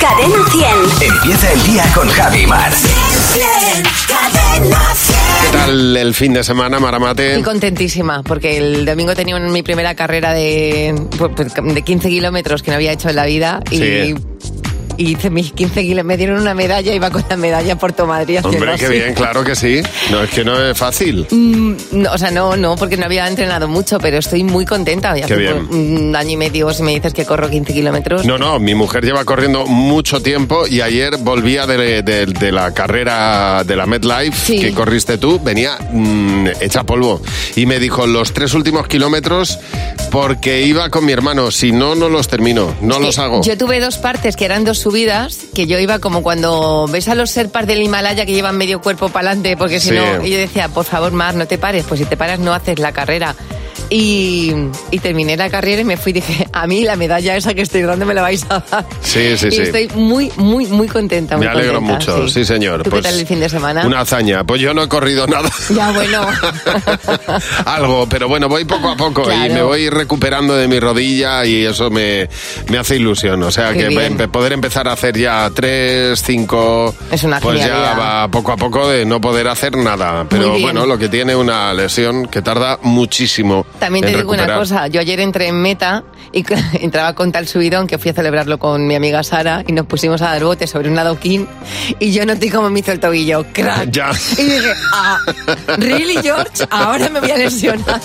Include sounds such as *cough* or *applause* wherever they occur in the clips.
Cadena 100. Empieza el día con Javi Mar. Cadena 100. ¿Qué tal el fin de semana, Maramate? Estoy contentísima porque el domingo tenía un- mi primera carrera de, pues, de 15 kilómetros que no había hecho en la vida y, Sí. y hice mis 15 kilómetros. Me dieron una medalla, iba con la medalla a Puerto Madrid. haciendo Hombre, qué así. bien, claro que sí. No, es que no es fácil. Mm, no, o sea, no, no, porque no había entrenado mucho, pero estoy muy contenta. Ya Qué hace bien. por- un año y medio, si me dices que corro 15 kilómetros. No, no, mi mujer lleva corriendo mucho tiempo y ayer volvía de, de- de la carrera de la MedLife Sí. que corriste tú, venía mm, hecha polvo. Y me dijo los tres últimos kilómetros porque iba con mi hermano, si no, no los termino, no los hago. Yo tuve dos partes que eran dos subidas, que yo iba como cuando ves a los serpas del Himalaya que llevan medio cuerpo para adelante, porque si Sí. no, y yo decía, por favor, Mar, no te pares, pues si te paras no haces la carrera. Y, y terminé la carrera y me fui y dije, a mí la medalla esa que estoy dando me la vais a dar. Sí, sí, y sí. estoy muy, muy, muy contenta. Me muy alegro contenta, mucho, sí, señor. ¿Tú Pues, qué tal el fin de semana? Una hazaña. Pues yo no he corrido nada. Ya, bueno. *laughs* Algo, pero bueno, voy poco a poco y Claro. me voy recuperando de mi rodilla y eso me, me hace ilusión. O sea, Qué que bien. empe- poder empezar a hacer ya tres, cinco... Es una Pues ya genialidad. va poco a poco de no poder hacer nada. Pero bien. bueno, lo que tiene una lesión que tarda muchísimo También te en digo una recuperar. cosa, yo ayer entré en meta y *laughs* entraba con tal subidón que fui a celebrarlo con mi amiga Sara y nos pusimos a dar bote sobre un adoquín y yo noté cómo me hizo el tobillo, crack. Ya. Y dije, ah, *laughs* really George, ahora me voy a lesionar.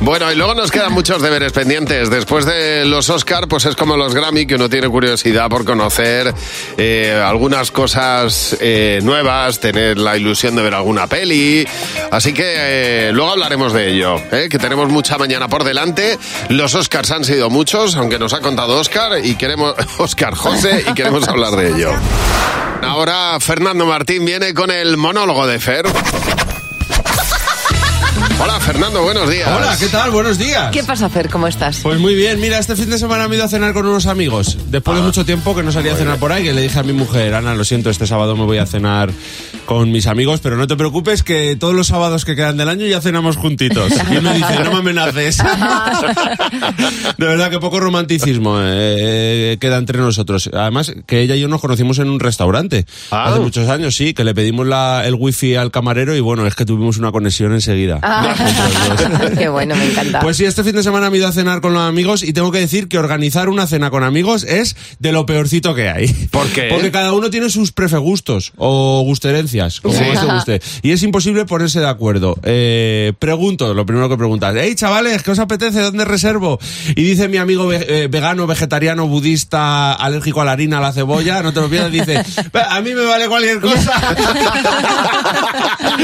Bueno, y luego nos quedan muchos deberes pendientes. Después de los Oscar, pues es como los Grammy, que uno tiene curiosidad por conocer eh, algunas cosas eh, nuevas, tener la ilusión de ver alguna peli. Así que eh, luego hablaremos de ello, ¿eh? que tenemos mucha mañana por delante. Los Oscars han sido muchos, aunque nos ha contado Oscar y queremos *laughs* Oscar José y queremos hablar de ello. Ahora Fernando Martín viene con el monólogo de Fer. Hola Fernando, buenos días. Hola, ¿qué tal? Buenos días. ¿Qué pasa, Fer? ¿Cómo estás? Pues muy bien, mira, este fin de semana me he ido a cenar con unos amigos. Después Ah. de mucho tiempo que no salía a cenar por ahí, que le dije a mi mujer, Ana, lo siento, este sábado me voy a cenar con mis amigos, pero no te preocupes que todos los sábados que quedan del año ya cenamos juntitos. Y me dice, no me *laughs* amenaces. De verdad que poco romanticismo eh, queda entre nosotros. Además, que ella y yo nos conocimos en un restaurante Ah. hace muchos años, sí, que le pedimos la- el wifi al camarero y bueno, es que tuvimos una conexión enseguida. Ah. *laughs* Qué bueno, me encanta. Pues sí, este fin de semana me he ido a cenar con los amigos y tengo que decir que organizar una cena con amigos es de lo peorcito que hay. ¿Por qué? Porque cada uno tiene sus prefegustos o gusterencias, como Sí. más te guste. Y es imposible ponerse de acuerdo. Eh, pregunto, lo primero que preguntas, hey chavales, ¿qué os apetece? ¿Dónde reservo? Y dice mi amigo ve- eh, vegano, vegetariano, budista, alérgico a la harina, a la cebolla, no te lo pierdas, dice, a mí me vale cualquier cosa.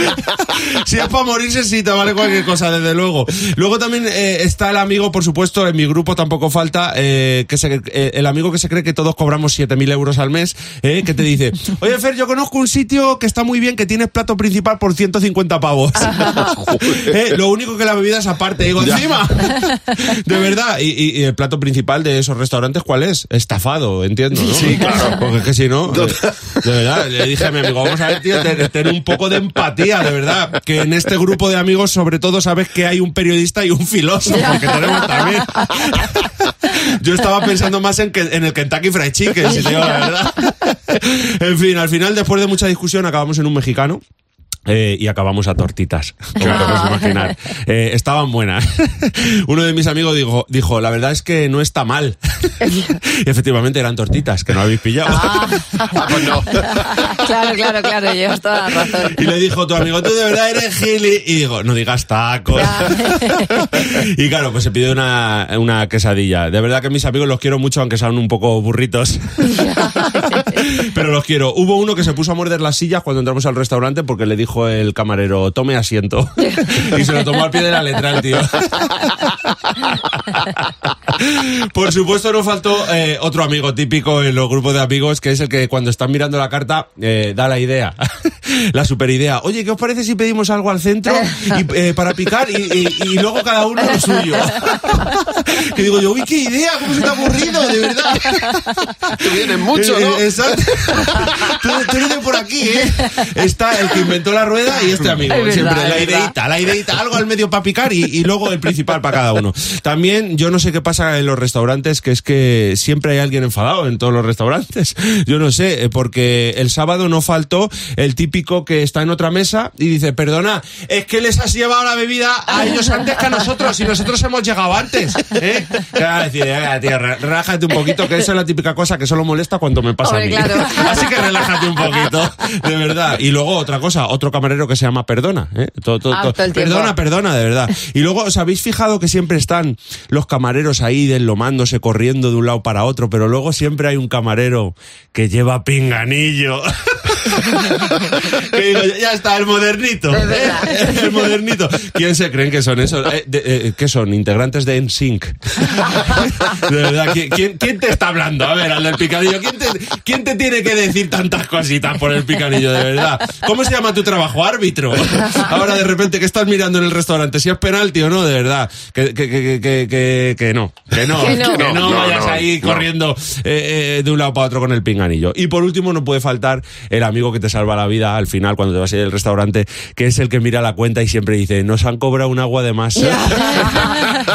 *laughs* si es para morirse, sí, te vale cualquier cosa, desde luego. Luego también eh, está el amigo, por supuesto, en mi grupo tampoco falta, eh, que se- eh, el amigo que se cree que todos cobramos 7.000 euros al mes, eh, que te dice, oye Fer, yo conozco un sitio que está muy bien, que tienes plato principal por 150 pavos. *laughs* Eh, lo único que la bebida es aparte, digo, encima. de verdad, y, y- y el plato principal de esos restaurantes, ¿cuál es? Estafado, entiendo, ¿no? Sí, claro. Porque es que si *laughs* no, eh, de verdad, le dije a mi amigo, vamos a ver, tío, ten, ten un poco de empatía, de verdad. Que en este grupo de amigos, sobre todo, sabes que hay un periodista y un filósofo, que tenemos también. *laughs* Yo estaba pensando más en, que, en el Kentucky Fried Chicken, si te digo la verdad. En fin, al final, después de mucha discusión, acabamos en un mexicano. eh, y acabamos a tortitas, como te puedes imaginar. Eh, estaban buenas. *laughs* Uno de mis amigos dijo, dijo, la verdad es que no está mal. *laughs* y efectivamente eran tortitas, que no habéis pillado. Ah, pues no. claro, claro, claro, llevas toda la *laughs* razón. *laughs* Y le dijo tu amigo, tú de verdad eres gili. Y digo, no digas tacos. *laughs* y claro, pues se pidió una, una quesadilla. De verdad que mis amigos los quiero mucho, aunque sean un poco burritos. Pero los quiero. Hubo uno que se puso a morder las sillas cuando entramos al restaurante porque le dijo el camarero, tome asiento. y se lo tomó al pie de la letra el tío. Por supuesto, no faltó eh, otro amigo típico en los grupos de amigos, que es el que cuando están mirando la carta eh, da la idea, *laughs* la superidea. Oye, ¿qué os parece si pedimos algo al centro y, *laughs* eh, para picar y, y- y luego cada uno lo *laughs* suyo? que digo yo, uy, qué idea, cómo se te ha ocurrido, de verdad. Tú vienes mucho, Eh, ¿no? eh, exacto. tú, tú eres de por aquí, ¿eh? Está el que inventó la rueda y este amigo. Es verdad, siempre es la verdad. ideita, la ideita, algo al medio para picar y, y luego el principal para cada uno. También yo no sé qué pasa pasa en los restaurantes que es que siempre hay alguien enfadado en todos los restaurantes. Yo no sé, eh, porque el sábado no faltó el típico que está en otra mesa y dice, perdona, es que les has llevado la bebida a ellos antes que a nosotros y nosotros hemos llegado antes. ¿eh? Claro, decir, "Venga, tío, re- relájate un poquito, que eso es la típica cosa que solo molesta cuando me pasa a Hombre, mí. claro. *laughs* Así que relájate un poquito, de verdad. Y luego otra cosa, otro camarero que se llama Perdona. ¿eh? Todo- todo- Ah, todo- todo el tiempo. perdona, perdona, de verdad. Y luego, ¿os habéis fijado que siempre están los camareros ahí deslomándose, corriendo de un lado para otro, pero luego siempre hay un camarero que lleva pinganillo? *laughs* Que digo, ya está, el modernito. ¿eh? Es verdad. El modernito. ¿Quién se creen que son esos? Eh, de- eh, ¿Qué son? ¿Integrantes de NSYNC? *laughs* De verdad, ¿quién, quién, quién te está hablando? A ver, al del picadillo. ¿Quién te, quién te tiene que decir tantas cositas por el picadillo, de verdad? ¿Cómo se llama tu trabajo? Árbitro. Ahora, de repente, que estás mirando en el restaurante? Si es penalti o no, de verdad. Que, que, que, que, que, que no. Que no. Que no. Que no No, vayas no, ahí no. corriendo corriendo, eh, eh, de un lado para otro con el pinganillo. Y por último, no puede faltar el amigo que te salva la vida al final cuando te vas a ir del restaurante, que es el que mira la cuenta y siempre dice, nos han cobrado un agua de más.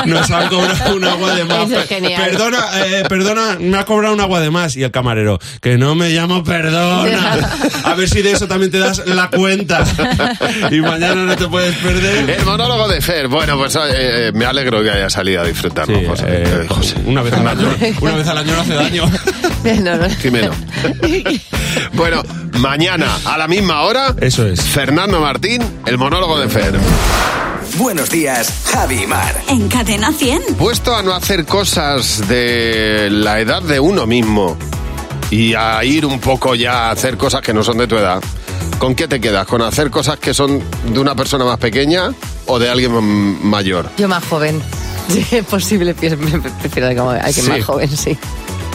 nos han cobrado un agua de más. Eso es genial. Perdona, eh, perdona, me ha cobrado un agua de más. Y el camarero, que no me llamo perdona. A ver si de eso también te das la cuenta. *laughs* Y mañana no te puedes perder. El monólogo de Fer. Bueno, pues eh, eh, me alegro que haya salido a disfrutarlo, Sí, José. eh, Eh, José. Una vez al año. Una vez al año no hace daño. No, no. *laughs* Jimeno. bueno, mañana a la misma hora, Eso es. Fernando Martín, el monólogo de Fer. Buenos días, Javi y Mar. En Cadena 100. Puesto a no hacer cosas de la edad de uno mismo y a ir un poco ya a hacer cosas que no son de tu edad, ¿con qué te quedas? ¿Con hacer cosas que son de una persona más pequeña o de alguien m- mayor? Yo más joven. *laughs* Si es posible, pre- prefiero como alguien Sí. más joven, sí.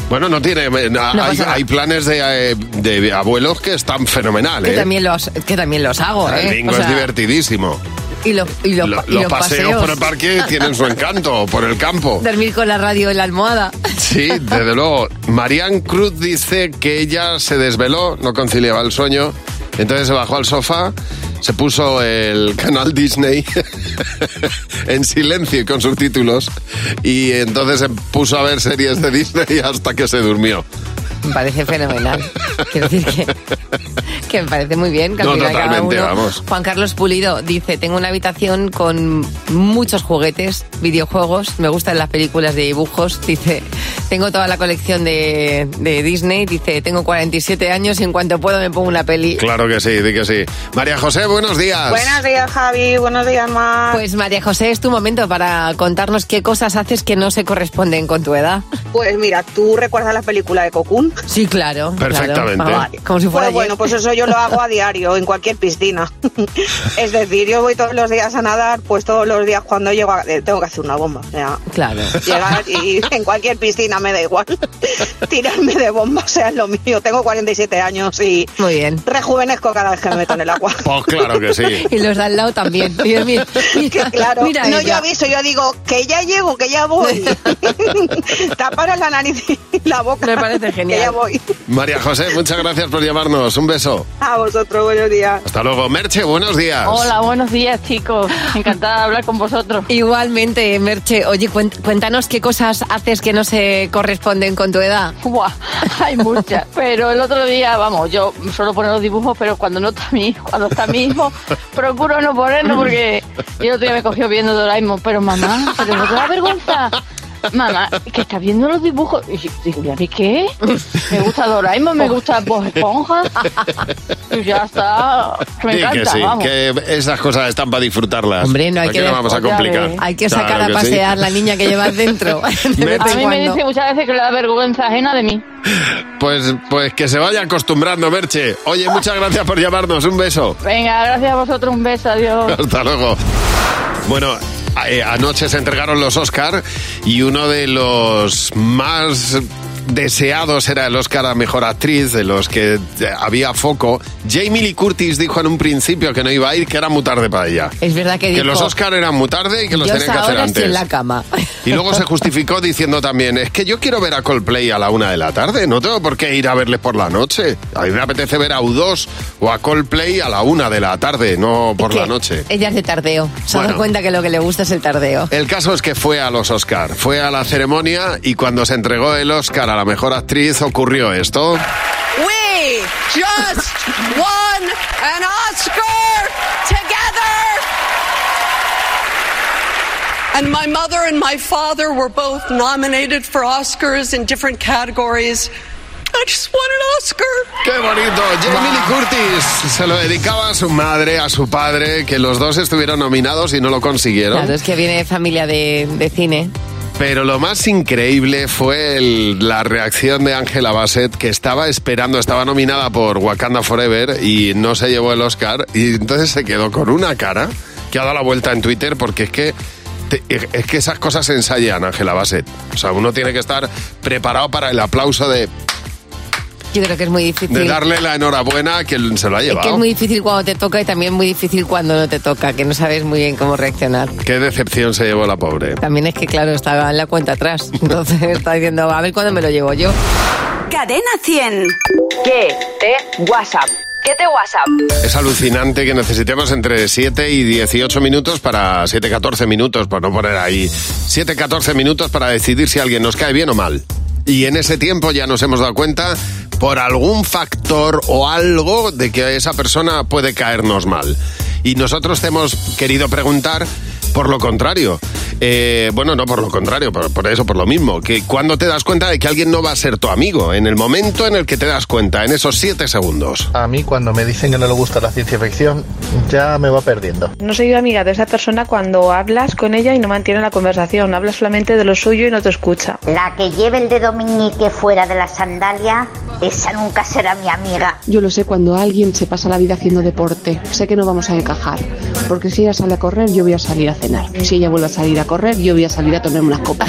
Bueno, no tiene. eh, hay, pasa nada. hay planes de, eh, de abuelos que están fenomenales. Que, también los, que también los hago, El ¿eh? bingo O sea, es divertidísimo. Y los, y los, Lo- y los los paseos, paseos. por *laughs* el parque tienen su encanto, por el campo. Dormir con la radio en la almohada. Sí, desde luego. Marian Cruz dice que ella se desveló, no conciliaba el sueño, entonces se bajó al sofá, se puso el canal Disney *laughs* en silencio y con subtítulos y entonces se puso a ver series de Disney *laughs* hasta que se durmió. Me parece *laughs* fenomenal. Quiero decir que, que me parece muy bien. que al No, final cada totalmente, uno- vamos. Juan Carlos Pulido dice, tengo una habitación con muchos juguetes, videojuegos, me gustan las películas de dibujos, dice, tengo toda la colección de, de Disney, dice, tengo 47 años y en cuanto puedo me pongo una peli. Claro que sí, di que sí. María José, buenos días. Buenos días, Javi. Buenos días, Mar. Pues, Pues María José, es tu momento para contarnos qué cosas haces que no se corresponden con tu edad. Pues mira, ¿tú recuerdas la película de Cocoon? Sí, claro. claro. Perfectamente. Vamos, como si fuera Pues bueno, ayer. pues eso yo lo hago a diario, en cualquier piscina. *laughs* es decir, yo voy todos los días a nadar, pues todos los días cuando llego a- eh, tengo que hacer una bomba. o sea, Claro. Llegar y *laughs* en cualquier piscina me *laughs* da igual. Tirarme de bomba, o sea, es lo mío. Tengo 47 años y Muy bien. rejuvenezco cada vez que me meto en el agua. Pues claro que sí. *laughs* Y los de al lado también. Mira, *laughs* mira, mira, Claro, mira no, yo ella. aviso, yo digo que ya llego, que *laughs* ya voy. *laughs* Taparos la nariz y la boca. Me parece genial. *laughs* Que ya voy. María José, muchas gracias por llamarnos. Un beso. A vosotros, buenos días. Hasta luego. Merche, buenos días. Hola, buenos días chicos. Encantada de hablar con vosotros. Igualmente, Merche, oye, cuent- cuéntanos qué cosas haces que no se corresponden con tu edad. Buah, hay muchas. Pero el otro día, vamos, yo suelo poner los dibujos, pero cuando no está mi hijo, cuando está mi *laughs* hijo, procuro no ponerlo porque yo el otro día me cogió viendo Doraemon, pero mamá, pero no te da vergüenza. Mamá, que está viendo los dibujos. Y yo digo, ¿y a mí qué? Me gusta Doraemon, *laughs* me gusta Bob Esponja. *laughs* Y ya está. que Me Di encanta, que sí, vamos. que esas cosas están para disfrutarlas. Hombre, no hay Aquí que no vamos a complicar. dejar- Hay que Claro sacar a que sí. pasear la niña que llevas dentro. De *laughs* vez A en mí me cuando. dice muchas veces que le da vergüenza ajena de mí. Pues, pues que se vaya acostumbrando, Merche. Oye, muchas gracias por llamarnos. Un beso. Venga, gracias a vosotros, un beso, adiós. Hasta luego. Bueno, a- eh, anoche se entregaron los Oscar y uno de los más deseados era el Oscar a Mejor Actriz, de los que eh, había foco, Jamie Lee Curtis dijo en un principio que no iba a ir, que era muy tarde para ella. Es verdad que Que dijo, los Oscar eran muy tarde y que los "Yo tenían que ahora hacer estoy antes. en la cama. *laughs* Y luego se justificó diciendo también, es que yo quiero ver a Coldplay a la una de la tarde, no tengo por qué ir a verles por la noche. A mí me apetece ver a U2 o a Coldplay a la una de la tarde, no por la noche. Ella es de tardeo. Se ha Bueno. dado cuenta que lo que le gusta es el tardeo. El caso es que fue a los Oscar, fue a la ceremonia y cuando se entregó el Oscar a la mejor actriz ocurrió esto. We just won an Oscar together! And my mother and my father were both nominated for Oscars in different categories. I just won an Oscar! ¡Qué bonito! Jamie Lee Curtis se lo dedicaba a su madre, a su padre, que los dos estuvieron nominados y no lo consiguieron. Claro, es que viene de familia de, de cine. Pero lo más increíble fue el- la reacción de Angela Bassett, que estaba esperando, estaba nominada por Wakanda Forever y no se llevó el Oscar. Y entonces se quedó con una cara que ha dado la vuelta en Twitter porque es que. te- Es que esas cosas se ensayan, Ángela Bassett. O sea, uno tiene que estar preparado para el aplauso de, Yo creo que es muy difícil. de darle la enhorabuena a quien se lo ha Es que es llevado. muy difícil cuando te toca y también muy difícil cuando no te toca, que no sabes muy bien cómo reaccionar. Qué decepción se llevó la pobre. También es que, claro, estaba en la cuenta *laughs* atrás. Entonces está diciendo, a ver cuándo me lo llevo yo. Cadena 100. ¿Qué te WhatsApp? ¿Qué te WhatsApp? Es alucinante que necesitemos entre 7 y 18 minutos para 7, 14 minutos, por no poner ahí 7, 14 minutos para decidir si alguien nos cae bien o mal. Y en ese tiempo ya nos hemos dado cuenta por algún factor o algo de que esa persona puede caernos mal. Y nosotros te hemos querido preguntar por lo contrario. Eh, bueno, no por lo contrario, por, por eso, por lo mismo. Que cuando te das cuenta de que alguien no va a ser tu amigo, en el momento en el que te das cuenta, en esos 7 segundos. A mí cuando me dicen que no le gusta la ciencia ficción, ya me va perdiendo. No soy amiga de esa persona cuando hablas con ella y no mantiene la conversación, habla solamente de lo suyo y no te escucha. La que lleve el dedo meñique fuera de la sandalia, esa nunca será mi amiga. Yo lo sé cuando alguien se pasa la vida haciendo deporte. Sé que no vamos a encajar. Porque si ella sale a correr, yo voy a salir a cenar. Si ella vuelve a salir a correr, yo voy a salir a tomar unas copas.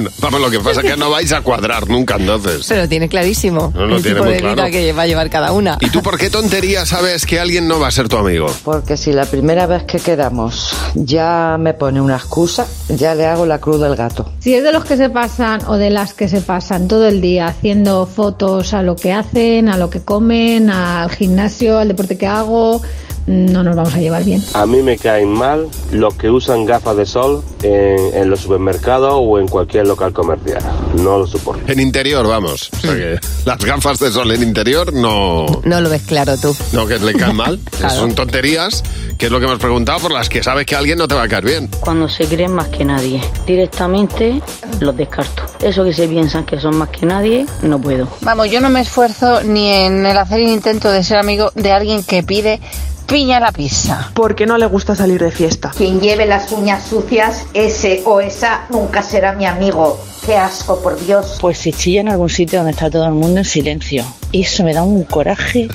No, Vamos, lo que pasa es que no vais a cuadrar nunca entonces. Se lo tiene clarísimo. No lo el tiene tipo muy de vida claro. que va a llevar cada una. ¿Y tú por qué tontería sabes que alguien no va a ser tu amigo? Porque si la primera vez que quedamos ya me pone una excusa, ya le hago la cruz del gato. Si es de los que se pasan o de las que se pasan todo el día haciendo fotos a lo que hacen, a lo que comen, al gimnasio, al deporte que hago, no nos vamos a llevar bien. A mí me caen mal los que usan gafas de sol en, en los supermercados o en cualquier local comercial. No lo soporto. En interior, vamos. O sea que las gafas de sol en interior no. No lo ves claro tú. No, que le caen mal. *laughs* Claro. Son tonterías, que es lo que hemos preguntado, por las que sabes que alguien no te va a caer bien. Cuando se creen más que nadie. Directamente los descarto. Eso que se piensan que son más que nadie, no puedo. Vamos, yo no me esfuerzo ni en el hacer el intento de ser amigo de alguien que pide piña a la pizza. Porque no le gusta salir de fiesta. Quien lleve las uñas sucias, ese o esa nunca será mi amigo. Qué asco, por Dios. Pues si chilla en algún sitio donde está todo el mundo en silencio. Eso me da un coraje.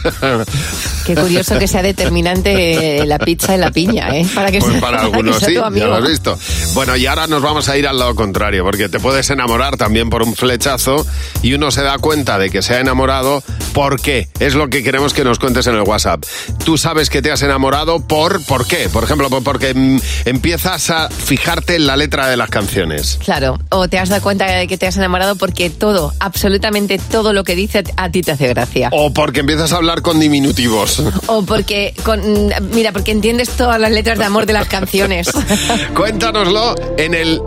Qué curioso que sea *laughs* determinante eh, la pizza y la piña, ¿eh? Para que Pues sea, *laughs* para que algunos sea sí, tu ya amigo. lo has visto. Bueno, y ahora nos vamos a ir al lado contrario, porque te puedes enamorar también por un flechazo y uno se da cuenta de que se ha enamorado. ¿Por qué? Es lo que queremos que nos cuentes en el WhatsApp. Tú sabes que te has enamorado por ¿por qué? Por ejemplo, por- porque mm, empiezas a fijarte en la letra de las canciones. Claro, o te has dado cuenta de que te has enamorado porque todo, absolutamente todo lo que dice a ti te hace gracia. O porque empiezas a hablar *laughs* con diminutivos. O porque, con, mira, porque entiendes todas las letras de amor de las *laughs* canciones. Cuéntanoslo en el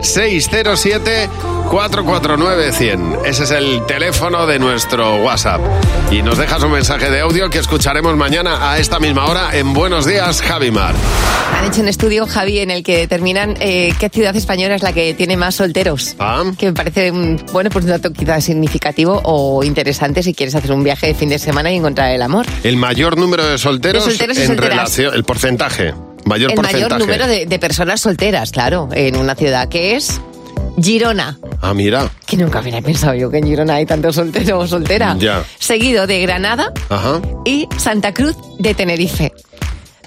607-449-100. Ese es el teléfono de nuestro WhatsApp. Y nos dejas un mensaje de audio que escucharemos mañana a esta misma hora en Buenos Días, Javimar. Han hecho un estudio, Javi, en el que determinan eh, qué ciudad española es la que tiene más solteros. Ah. Que me parece, mm, bueno, pues un dato quizás significativo o interesante si quieres hacer un viaje de fin de semana y encontrar el amor. El mayor número de solteros, De solteros y en solteras. relación. El porcentaje. Mayor el porcentaje. mayor número de, de personas solteras, claro, en una ciudad que es Girona. Ah, mira. Que nunca hubiera pensado yo que en Girona hay tanto soltero o Mm. soltera. Ya. Seguido de Granada Ajá. y Santa Cruz de Tenerife.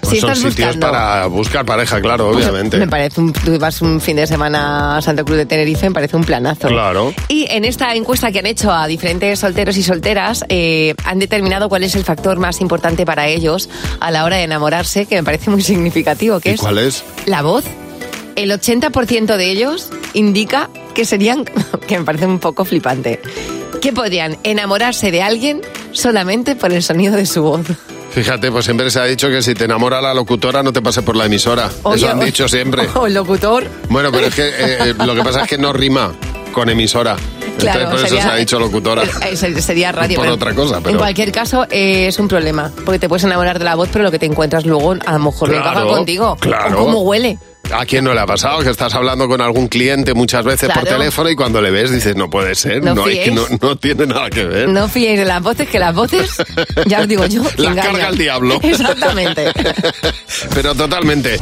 Pues Si son estás sitios buscando- para buscar pareja, claro, Pues, obviamente. Me parece un, tú vas un fin de semana a Santa Cruz de Tenerife, me parece un planazo. Claro. Y en esta encuesta que han hecho a diferentes solteros y solteras, eh, han determinado cuál es el factor más importante para ellos a la hora de enamorarse, que me parece muy significativo, que es ¿Cuál es? la voz. El 80% de ellos indica que serían, *laughs* que me parece un poco flipante, que podrían enamorarse de alguien solamente por el sonido de su voz. Fíjate, pues siempre se ha dicho que si te enamora la locutora no te pases por la emisora. Oye, Eso han oye. dicho *laughs* siempre. *laughs* O el locutor. Bueno, pero es que eh, eh, lo que pasa es que no rima con emisora. Entonces Claro, por sería- eso se ha dicho locutora. Eh, se- Sería radio. Por pero otra cosa, pero- En cualquier caso, eh, es un problema. Porque te puedes enamorar de la voz, pero lo que te encuentras luego a lo mejor no Claro, encaja contigo. claro. O cómo huele. ¿A quién no le ha pasado que estás hablando con algún cliente muchas veces por Claro. teléfono y cuando le ves dices, no puede ser, No no, es que no, fíes. no tiene nada que ver? No fiéis de las voces, que las voces, ya os *laughs* digo yo, Las engañan. carga el diablo. *laughs* Exactamente. *laughs* Pero totalmente.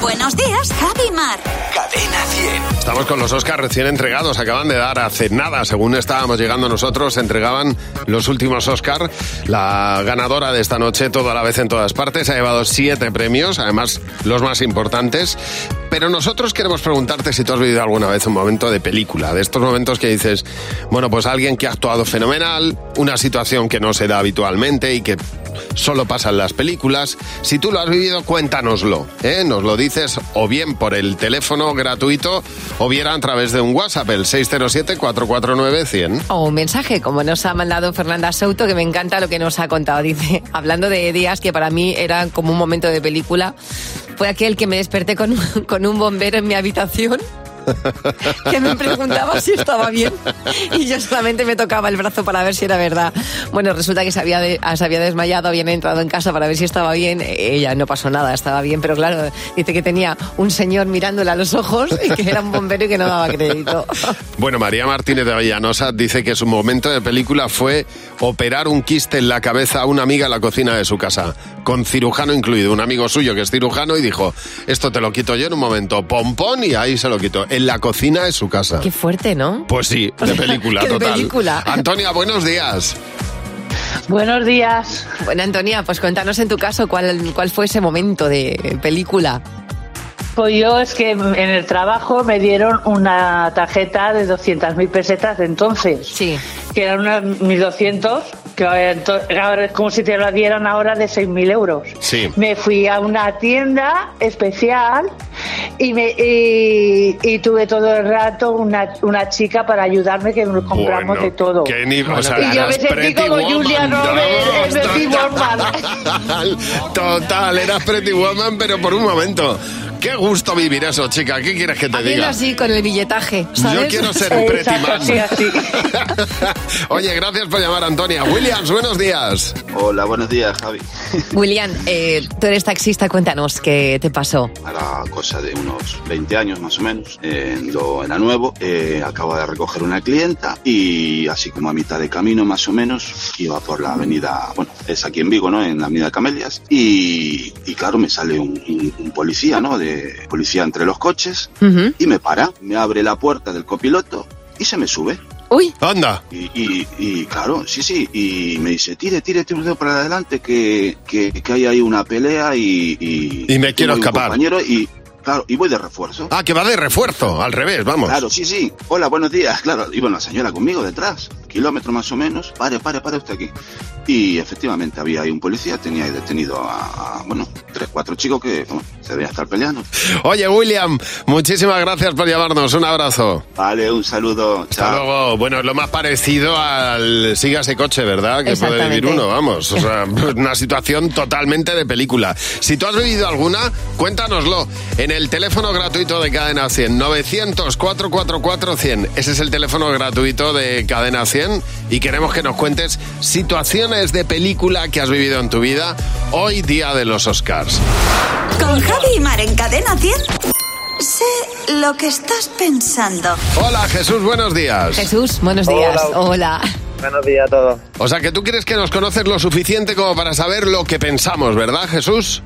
Buenos días, Javi y Mar. Cadena Estamos con los Oscars recién entregados, acaban de dar hace nada, según estábamos llegando nosotros, se entregaban los últimos Oscar. La ganadora de esta noche, toda la vez en todas partes, ha llevado siete premios, además los más importantes. Pero nosotros queremos preguntarte si tú has vivido alguna vez un momento de película, de estos momentos que dices, bueno, pues alguien que ha actuado fenomenal, una situación que no se da habitualmente y que solo pasan las películas. Si tú lo has vivido, cuéntanoslo. ¿eh? Nos lo dices o bien por el teléfono gratuito o bien a través de un WhatsApp, el 607-449-100. O un mensaje, como nos ha mandado Fernanda Souto, que me encanta lo que nos ha contado. Dice, hablando de días que para mí eran como un momento de película, fue aquel que me desperté con, con un bombero en mi habitación que me preguntaba si *laughs* estaba bien *laughs* y yo solamente me tocaba el brazo para ver si era verdad. Bueno, resulta que se había, de- ah, se había desmayado, habían entrado en casa para ver si estaba bien. Ella no pasó nada, estaba bien, pero claro, dice que tenía un señor mirándole a los ojos y que era un bombero y que no daba *laughs* crédito. Bueno, María Martínez de Avellanosa dice que su momento de película fue operar un quiste en la cabeza a una amiga en la cocina de su casa, con cirujano incluido, un amigo suyo que es cirujano y dijo, esto te lo quito yo en un momento, pompón, y ahí se lo quitó, en la cocina de su casa. Qué fuerte, ¿no? Pues sí, de *laughs* película Qué de total. película. Antonia, buenos días. Buenos días. Bueno, Antonia, pues cuéntanos en tu caso cuál, cuál fue ese momento de película. Pues yo es que en el trabajo me dieron una tarjeta de 200.000 pesetas de entonces. Que eran unas 1.200, que ento- ahora es como si te la dieran ahora de 6.000 euros. Sí. Me fui a una tienda especial y, me, y, y tuve todo el rato una, una chica para ayudarme que nos compramos Bueno, de todo. qué ni- o sea, y yo me eras sentí Pretty como Woman, Julia ¿no? Roberts en Pretty Woman. Total, *laughs* total, eras Pretty Woman, pero por un momento. Qué gusto vivir eso, chica. ¿Qué quieres que te Viendo diga? así con el billetaje, ¿sabes? Yo quiero ser Pretty Man. *laughs* Oye, gracias por llamar, Antonia. Williams, buenos días. Hola, buenos días, Javi. William, eh, tú eres taxista, cuéntanos qué te pasó. Hará cosa de unos 20 años más o menos. eh, lo era nuevo. eh, acababa de recoger una clienta y así como a mitad de camino más o menos iba por la avenida, bueno, es aquí en Vigo, ¿no? En la avenida Camelias. Y, y claro, me sale un, un- un policía, ¿no? De policía entre los coches y me para. Me abre la puerta del copiloto y se me sube. Uy. Anda. Y, y- y, claro, sí, sí. Y me dice, tire, tire, tire usted para adelante, que, que, que hay ahí una pelea y... Y, me tengo quiero un escapar. Compañero y, claro, y voy de refuerzo. Ah, que va de refuerzo, al revés, Pues, vamos. Claro, sí, sí. Hola, buenos días. *laughs* Claro, iba una señora conmigo detrás, kilómetro más o menos. Pare, pare, pare usted aquí. Y efectivamente había ahí un policía, tenía ahí detenido a, a, bueno, tres, cuatro chicos que bueno, se veían estar peleando. Oye, William, muchísimas gracias por llamarnos. Un abrazo. Vale, un saludo. Hasta luego. Bueno, lo más parecido al siga ese coche, ¿verdad? Que puede Exactamente. vivir uno, vamos. O sea, *laughs* una situación totalmente de película. Si tú has vivido alguna, cuéntanoslo. En el teléfono gratuito de Cadena 100, 900-444-100. Ese es el teléfono gratuito de Cadena 100 y queremos que nos cuentes situaciones de película que has vivido en tu vida hoy, día de los Oscars. Con Javi y Mar en Cadena 100. Sé lo que estás pensando. Hola, Jesús, buenos días. Jesús, buenos días. Hola. Buenos días a todos. O sea, que tú crees que nos conoces lo suficiente como para saber lo que pensamos, ¿verdad, Jesús?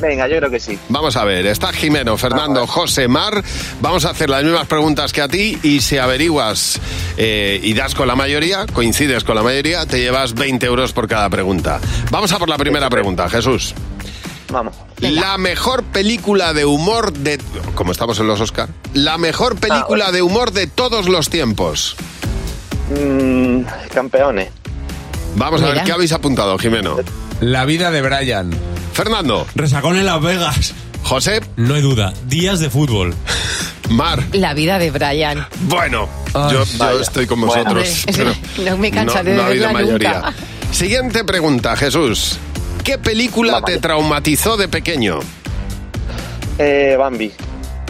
Venga, yo creo que sí. Vamos a ver, está Jimeno, Fernando, José, Mar. Vamos a hacer las mismas preguntas que a ti y si averiguas eh, y das con la mayoría, coincides con la mayoría, te llevas 20 euros por cada pregunta. Vamos a por la primera pregunta, Jesús. Vamos. La mejor película de humor de. Como estamos en los Oscar. La mejor película de humor de todos los tiempos. campeones. Vamos a ver Mira. qué habéis apuntado, Jimeno. La vida de Brian. Fernando. Resacón en Las Vegas. José. No hay duda. Días de fútbol. Mar. La vida de Brian. Bueno, yo, yo estoy con Bueno. vosotros. Hombre, pero no me cansaré de no- no ha habido verla mayoría. nunca. Siguiente pregunta, Jesús. ¿Qué película te traumatizó de pequeño? Bambi.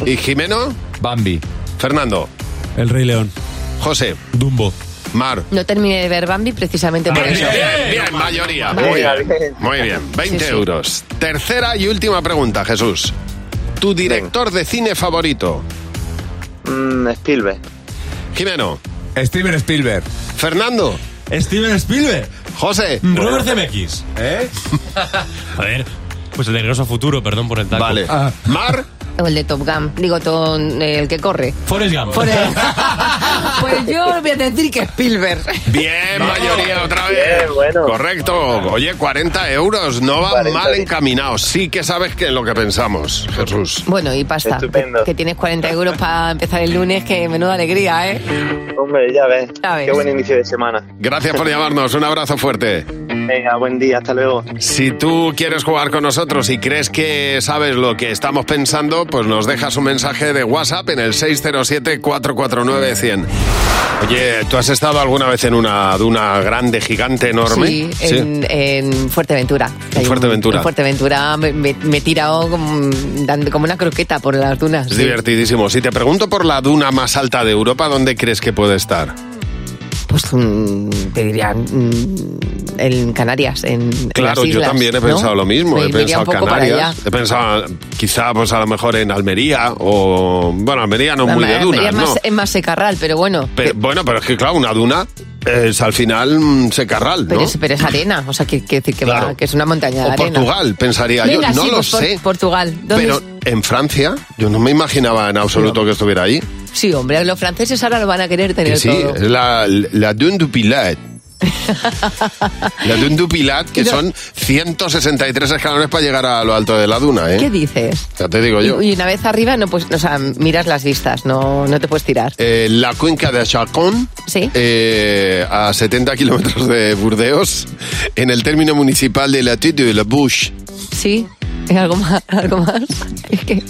¿Y Jimeno? Bambi. Fernando. El Rey León. José. Dumbo. Mar. No terminé de ver Bambi precisamente por eso. Bien, mayoría. Muy bien. Muy bien. 20 Sí, sí. euros. Tercera y última pregunta, Jesús. ¿Tu director de cine favorito? Spielberg. Jimeno. Steven Spielberg. Fernando. Steven Spielberg. José. Robert Zemeckis. ¿Eh? Joder. Pues el de Regreso a Futuro, perdón por el taco. Vale. Ah. Mar. O el de Top Gun. Digo, ton- el que corre. Forrest Gump. *laughs* Pues yo voy a decir que Spielberg. *laughs* Bien, mayoría otra vez. Correcto. Oye, 40 euros. No va 40 mal encaminados. Sí que sabes que es lo que pensamos, Jesús. Bueno, y pasta. Estupendo. Que tienes 40 euros para empezar el lunes, que menuda alegría, ¿eh? Hombre, ya ves. Ya ves. Qué buen inicio de semana. Gracias por llamarnos. Un abrazo fuerte. Venga, buen día, hasta luego. Si tú quieres jugar con nosotros y crees que sabes lo que estamos pensando, pues nos dejas un mensaje de WhatsApp en el 607-449-100. Oye, ¿tú has estado alguna vez en una duna grande, gigante, enorme? Sí, en, en Fuerteventura. En Fuerteventura. En Fuerteventura me, me- me he tirado como, dando como una croqueta por las dunas. Es sí. divertidísimo. Si te pregunto por la duna más alta de Europa, ¿dónde crees que puede estar? Pues mm, te diría mm, en Canarias, en en Claro, las yo islas, también he ¿no? pensado lo mismo. Me he iría un pensado poco para Canarias. allá. He pensado quizá pues a lo mejor en Almería o... Bueno, Almería no es muy de Además, dunas, es más, ¿no? es más secarral, pero bueno. Pe- bueno, pero es que claro, una duna es al final mm, secarral, Pero, ¿no? es, pero es arena, o sea, que, que, que va- Claro. que es una montaña de O arena. Portugal, pensaría Venga, yo. No sí, lo pues por- sé. Portugal. ¿Dónde Pero es? en Francia, yo no me imaginaba en absoluto que estuviera ahí. Sí, hombre, los franceses ahora lo van a querer tener Que sí, todo. es la, la Dune *laughs* du Pilat. la Dune du Pilat, que son 163 escalones para llegar a lo alto de la duna, ¿eh? ¿Qué dices? Ya te digo yo. Y, y una vez arriba, no, pues, o sea, miras las vistas, no, no te puedes tirar. Eh, la cuenca de Chacón, eh, a 70 kilómetros de Burdeos, en el término municipal de La Tute de la Bouche. Sí, ¿eh? algo más. *laughs* ¿Algo más? Es que,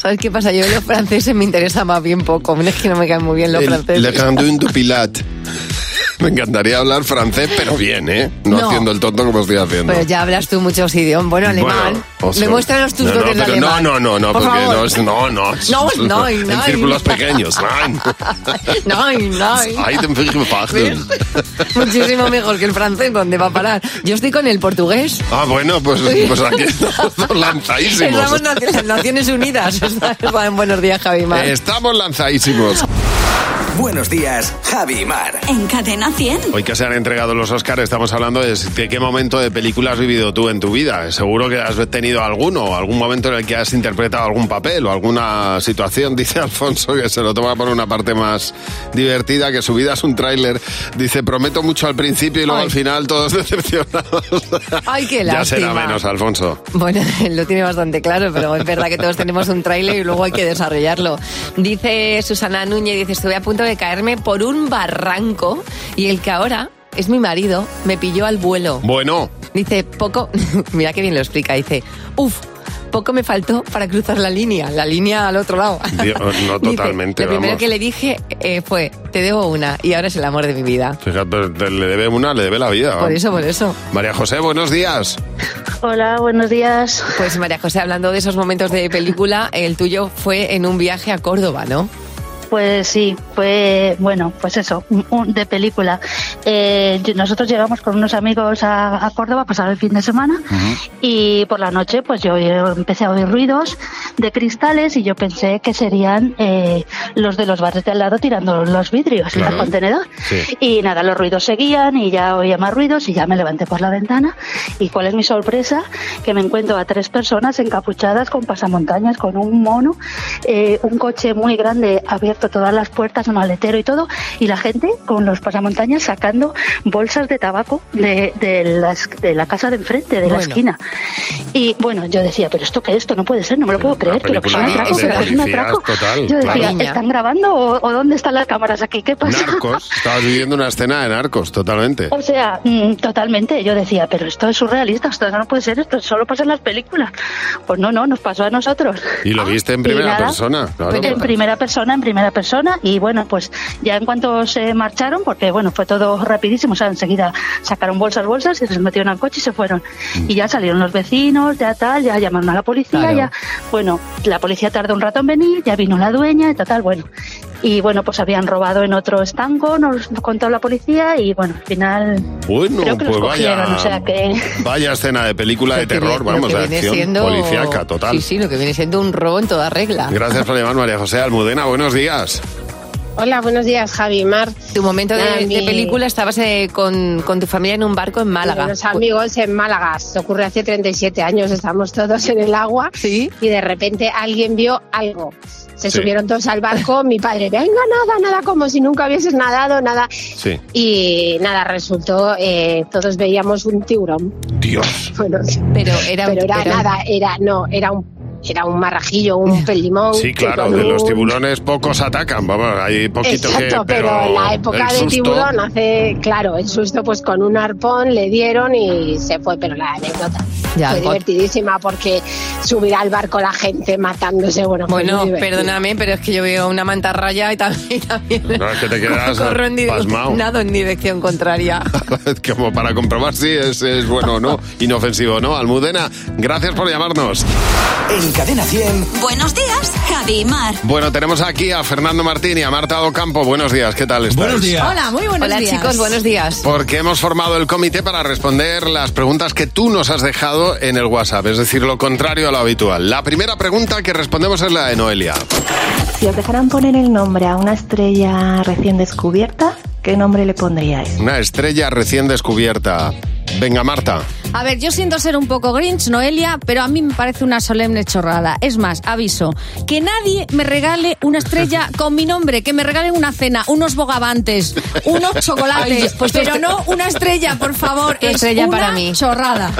¿Sabes qué pasa? Yo los franceses me interesa más bien poco. Es que no me caen muy bien los El- franceses. Le Grand Dune du Pilat. *laughs* Me encantaría hablar francés, pero bien, ¿eh? No, No. haciendo el tonto como estoy haciendo. Pero ya hablas tú muchos idiomas. Bueno, alemán. Bueno, o sea, Demuéstranos tus no, no, dotes de pero no, alemán. no, no, no, Por porque favor. no es- no, no, *laughs* No, no, *laughs* en no. círculos pequeños, nein. *laughs* *laughs* Nein, nein. Ay, *laughs* te fijo, Fachten. Muchísimo mejor que el francés, ¿dónde va a parar? Yo estoy con el portugués. Ah, bueno, pues, *laughs* pues aquí estamos todos lanzadísimos. Estamos en las Naciones Unidas. *laughs* Buenos días, Javi Mar. Estamos lanzadísimos. Buenos días, Javi Mar. En Cadena 100. Hoy que se han entregado los Oscars, estamos hablando de, de qué momento de película has vivido tú en tu vida. Seguro que has tenido alguno, o algún momento en el que has interpretado algún papel o alguna situación. *laughs* Dice Alfonso que se lo toma por una parte más divertida, que su vida es un tráiler. Dice, prometo mucho al principio y luego al final todos *laughs* decepcionados. Ay, qué ya será lástima. menos, Alfonso. Bueno, *laughs* él lo tiene bastante claro, pero es verdad que todos tenemos un tráiler y luego hay que desarrollarlo. Dice Susana Núñez, dice, estuve a punto de caerme por un barranco y el que ahora es mi marido me pilló al vuelo. Bueno, Dice, poco, *laughs* mira qué bien lo explica, dice, uff, poco me faltó para cruzar la línea, la línea al otro lado. Dios, no Dice, totalmente, Lo primero vamos. que le dije eh, fue, te debo una y ahora es el amor de mi vida. Fíjate, te- le debe una, le debe la vida. Por eso, por eso. María José, buenos días. Hola, buenos días. Pues María José, hablando de esos momentos de película, el tuyo fue en un viaje a Córdoba, ¿no? Pues sí, pues bueno, pues eso, un- un- de película. Eh, yo- nosotros llegamos con unos amigos pues, a, a Córdoba a pasar el fin de semana y por la noche pues yo eh, empecé a oír ruidos, de cristales y yo pensé que serían eh, los de los bares de al lado tirando los vidrios Claro. al contenedor. Sí. Y nada, los ruidos seguían y ya oía más ruidos y ya me levanté por la ventana. ¿Y cuál es mi sorpresa? Que me encuentro a tres personas encapuchadas con pasamontañas, con un mono, eh, un coche muy grande abierto todas las puertas, un maletero y todo, y la gente con los pasamontañas sacando bolsas de tabaco de, de las- de la casa de enfrente, de la Bueno. esquina. Y bueno, yo decía, pero esto qué es? esto no puede ser, no me lo puedo creer, pero que son película atracos, de pero que son policías, atracos. total, Yo decía, claro. ¿están grabando o, o dónde están las cámaras aquí? ¿Qué pasa? Narcos. Estabas viviendo una escena de narcos, totalmente. O sea, mm, totalmente. Yo decía, pero esto es surrealista, esto no puede ser, esto solo pasa en las películas. Pues no, no, nos pasó a nosotros. Y Ah, lo viste en Y primera nada, persona. claro. En primera persona, en primera persona. Y bueno, pues ya en cuanto se marcharon, porque bueno, fue todo rapidísimo, o sea, enseguida sacaron bolsas, bolsas, y se metieron al coche y se fueron. Mm. Y ya salieron los vecinos, ya tal, ya llamaron a la policía, ya. Bueno, la policía tardó un rato en venir, ya vino la dueña y tal, bueno. Y bueno, pues habían robado en otro estanco, nos lo contó la policía y bueno, al final Bueno, creo que los pues cogieron, vaya. o sea que... Vaya escena de película de terror, Lo vamos, que de viene pues acción siendo- policíaca, total. Sí, sí, lo que viene siendo un robo en toda regla. Gracias por llamar, María José Almudena. Buenos días. Hola, buenos días, Javi, Mar. Tu momento de, Nada, de mi- película estabas eh, con, con tu familia en un barco en Málaga. Con Los amigos en Málaga. Se ocurre hace 37 años, estamos todos en el agua y de repente alguien vio algo. Se Sí. subieron todos al barco, *laughs* mi padre, venga, nada, nada, como si nunca hubieses nadado, nada. Sí. Y nada, resultó, eh, todos veíamos un tiburón. *laughs* Dios. Bueno, pero era, nada, era, no, era un, era un marrajillo, un Oh, pelimón. Sí, claro, con de los un- tiburones pocos atacan, vamos, hay poquito Exacto, que... pero, en la época el de susto- tiburón hace, claro, el susto pues con un arpón le dieron y se fue, pero la anécdota Ya, fue o- divertidísima porque subir al barco la gente matándose, bueno, fue Bueno, muy divertido. perdóname, pero es que yo veo una mantarraya y también, *laughs* y también No, es que te *laughs* quedas corro en, dire- pasmao. nado en dirección contraria. *laughs* Como para comprobar si es, es bueno *laughs* o no, inofensivo o no. Almudena, gracias por llamarnos. En Cadena 100. Buenos días, Javi y Mar. Bueno, tenemos aquí a Fernando Martín y a Marta Ocampo. Buenos días, ¿qué tal estáis? Buenos Hola, muy buenos Hola, días. chicos, buenos días. Porque hemos formado el comité para responder las preguntas que tú nos has dejado en el WhatsApp, es decir, lo contrario a lo habitual. La primera pregunta que respondemos es la de Noelia. Si os dejaran poner el nombre a una estrella recién descubierta, ¿qué nombre le pondríais? Una estrella recién descubierta. Venga, Marta. A ver, yo siento ser un poco Grinch, Noelia, pero a mí me parece una solemne chorrada. Es más, aviso, que nadie me regale una *laughs* estrella con mi nombre, que me regalen una cena, unos bogavantes, unos chocolates, *laughs* Ay, pues tú pero estre- no *laughs* una estrella, por favor. Tu es estrella una para mí. *laughs* chorrada.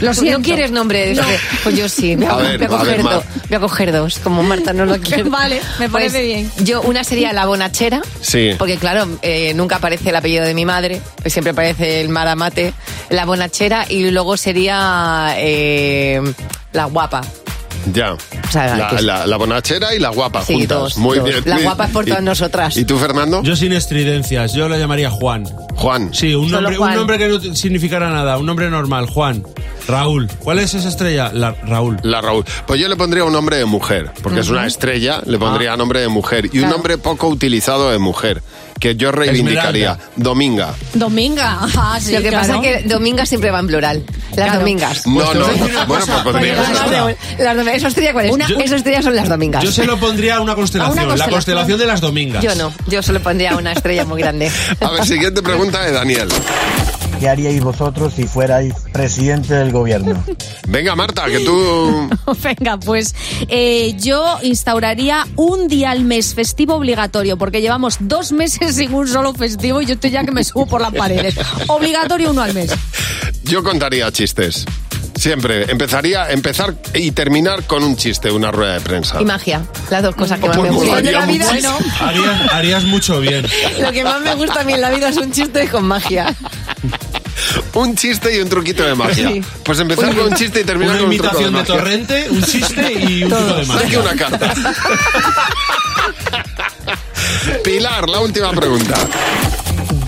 Lo ¿No quieres nombre? de este? Pues yo sí, voy a, A ver, voy a a ver, coger Mar. dos, voy a coger dos, como *laughs* Marta no lo quiere. Vale, me parece Pues bien. Yo, una sería la bonachera, Sí. porque claro, eh, nunca aparece el apellido de mi madre, pues siempre aparece el maramate, la bonachera, y luego sería eh, la guapa. Ya. la, la- la bonachera y la guapa Sí, juntas. dos, Muy dos. bien. La guapa es por todas nosotras. Eh, ¿Y tú, Fernando? Yo sin estridencias, yo lo llamaría Juan. Juan. Sí, un Solo nombre, Juan. un nombre que no significara nada, un nombre normal, Juan. Raúl. ¿Cuál es esa estrella? La Raúl. La Raúl. Pues yo le pondría un nombre de mujer, porque es una estrella, le pondría nombre de mujer. Y un nombre poco utilizado de mujer, que yo reivindicaría. Dominga. Dominga. Ah, sí, lo que pasa es claro. que dominga siempre va en plural. Las domingas. No, no. Bueno, pues podría. Las de- las de- ¿Esas estrellas cuáles? Yo- Esas estrellas son las domingas. Yo se lo pondría a una constelación, A una la constelación de las *laughs* domingas. Yo no, yo solo pondría una estrella muy *laughs* grande. A ver, siguiente pregunta de Daniel. ¿Qué haríais vosotros si fuerais presidente del *laughs* gobierno? Venga, Marta, que tú. *laughs* Venga, pues eh, yo instauraría un día al mes festivo obligatorio, porque llevamos dos meses *laughs* sin un solo festivo y yo estoy ya que me subo por las paredes. Obligatorio uno al mes. Yo contaría chistes. Siempre. Empezaría, empezar y terminar con un chiste, una rueda de prensa. Y magia, las dos cosas que más me Pues gustan de molaría la vida. mucho. Harías, harías mucho bien. *laughs* Lo que más me gusta a mí en la vida es un chiste con magia. Un chiste y un truquito de magia. Sí. Pues empezar Una- con un chiste y terminar Una con un truco imitación de magia. Torrente, un chiste *laughs* y un Todos. truco de magia. Saque *laughs* una carta. Pilar, la última pregunta.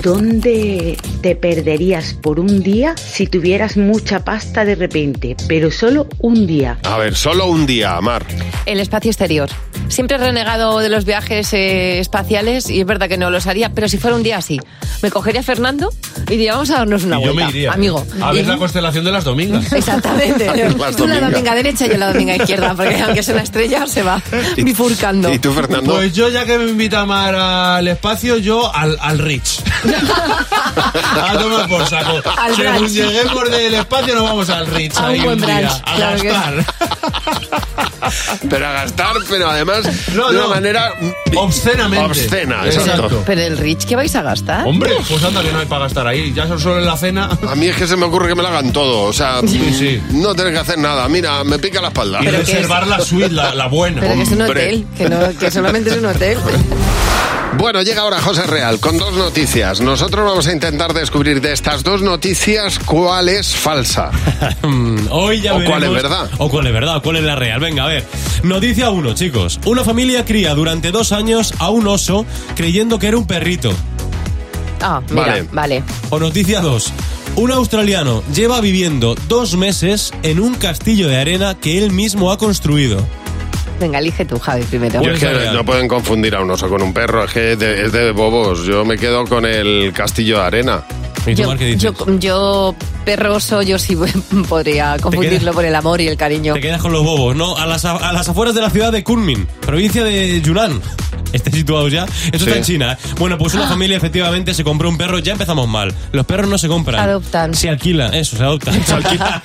¿Dónde te perderías por un día si tuvieras mucha pasta de repente, pero solo un día? A ver, solo un día, Amar. El espacio exterior. Siempre he renegado de los viajes eh, espaciales y es verdad que no los haría, pero si fuera un día así, me cogería a Fernando y diría, vamos a darnos una Y yo vuelta, me iría. ¿eh? amigo. A ver Y- *laughs* la constelación de las domingas. Exactamente. *laughs* Las Tú la domingas. dominga derecha y yo la dominga izquierda, porque aunque sea una estrella se va bifurcando. ¿Y tú, Fernando? Pues yo, ya que me invita a Mar al espacio, yo al, *laughs* al Rich. a tomar por saco. Al Según brunch. lleguemos del espacio, nos vamos al Rich. A un ahí buen día, brunch, a claro que gastar. Pero a gastar, pero además de una manera obscenamente. obscena. Exacto. exacto. Pero el Rich, ¿qué vais a gastar? Hombre, pues anda que no hay para gastar ahí. Ya son solo en la cena. A mí es que se me ocurre que me la hagan todo. O sea, mm, no tener que hacer nada. Mira, me pica la espalda. Y reservar la suite, la, la buena. Pero que es un Hombre. hotel, que, no, que solamente es un hotel. Bueno, llega ahora José Real con dos noticias. Nosotros vamos a intentar descubrir de estas dos noticias cuál es falsa. Mm, Hoy ya O veremos- cuál es verdad. O cuál es verdad, o cuál es la real. Venga, a ver. Noticia 1, chicos. Una familia cría durante dos años a un oso creyendo que era un perrito. Ah, mira, Vale. vale. O noticia 2. Un australiano lleva viviendo dos meses en un castillo de arena que él mismo ha construido. Venga, elige tú, Javi, primero. Yo es que no pueden confundir a un oso con un perro, es que de- es de bobos. Yo me quedo con el castillo de arena. ¿Y Yo, yo, yo, perroso, yo sí *laughs* podría confundirlo por el amor y el cariño. Te quedas con los bobos, ¿no? A las, a las afueras de la ciudad de Kunming, provincia de Yunnan. *laughs* Está situado ya. Eso está en China. ¿eh? Bueno, pues una familia efectivamente se compró un perro. Ya empezamos mal. Los perros no se compran. Adoptan. Se alquilan, eso, se adoptan. Se alquilan. *laughs*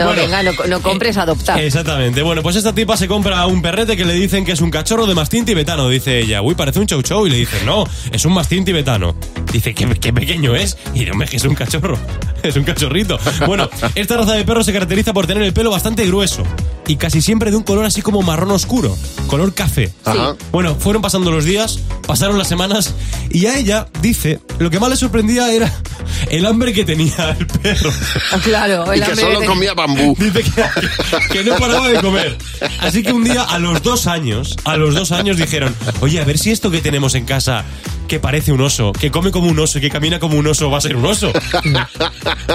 No, *laughs* Bueno. eh, venga, no, no compres, adoptar. Exactamente. Bueno, pues esta tipa se compra un perrete que le dicen que es un cachorro de mastín tibetano. Dice ella, uy, parece un chow chow. Y le dice, no, es un mastín tibetano. Dice, qué, qué pequeño es. Y dice, hombre, que es un cachorro. *laughs* Es un cachorrito. Bueno, esta raza de perro se caracteriza por tener el pelo bastante grueso y casi siempre de un color así como marrón oscuro, color café. Ajá. Bueno, fueron pasando los días, pasaron las semanas y a ella, dice, lo que más le sorprendía era el hambre que tenía el perro. Ah, Claro, el Y que hambre solo te- comía bambú. *laughs* Dice que, que no paraba de comer. Así que un día, a los dos años, a los dos años dijeron, oye, a ver si esto que tenemos en casa, que parece un oso, que come como un oso y que camina como un oso, va a ser un oso.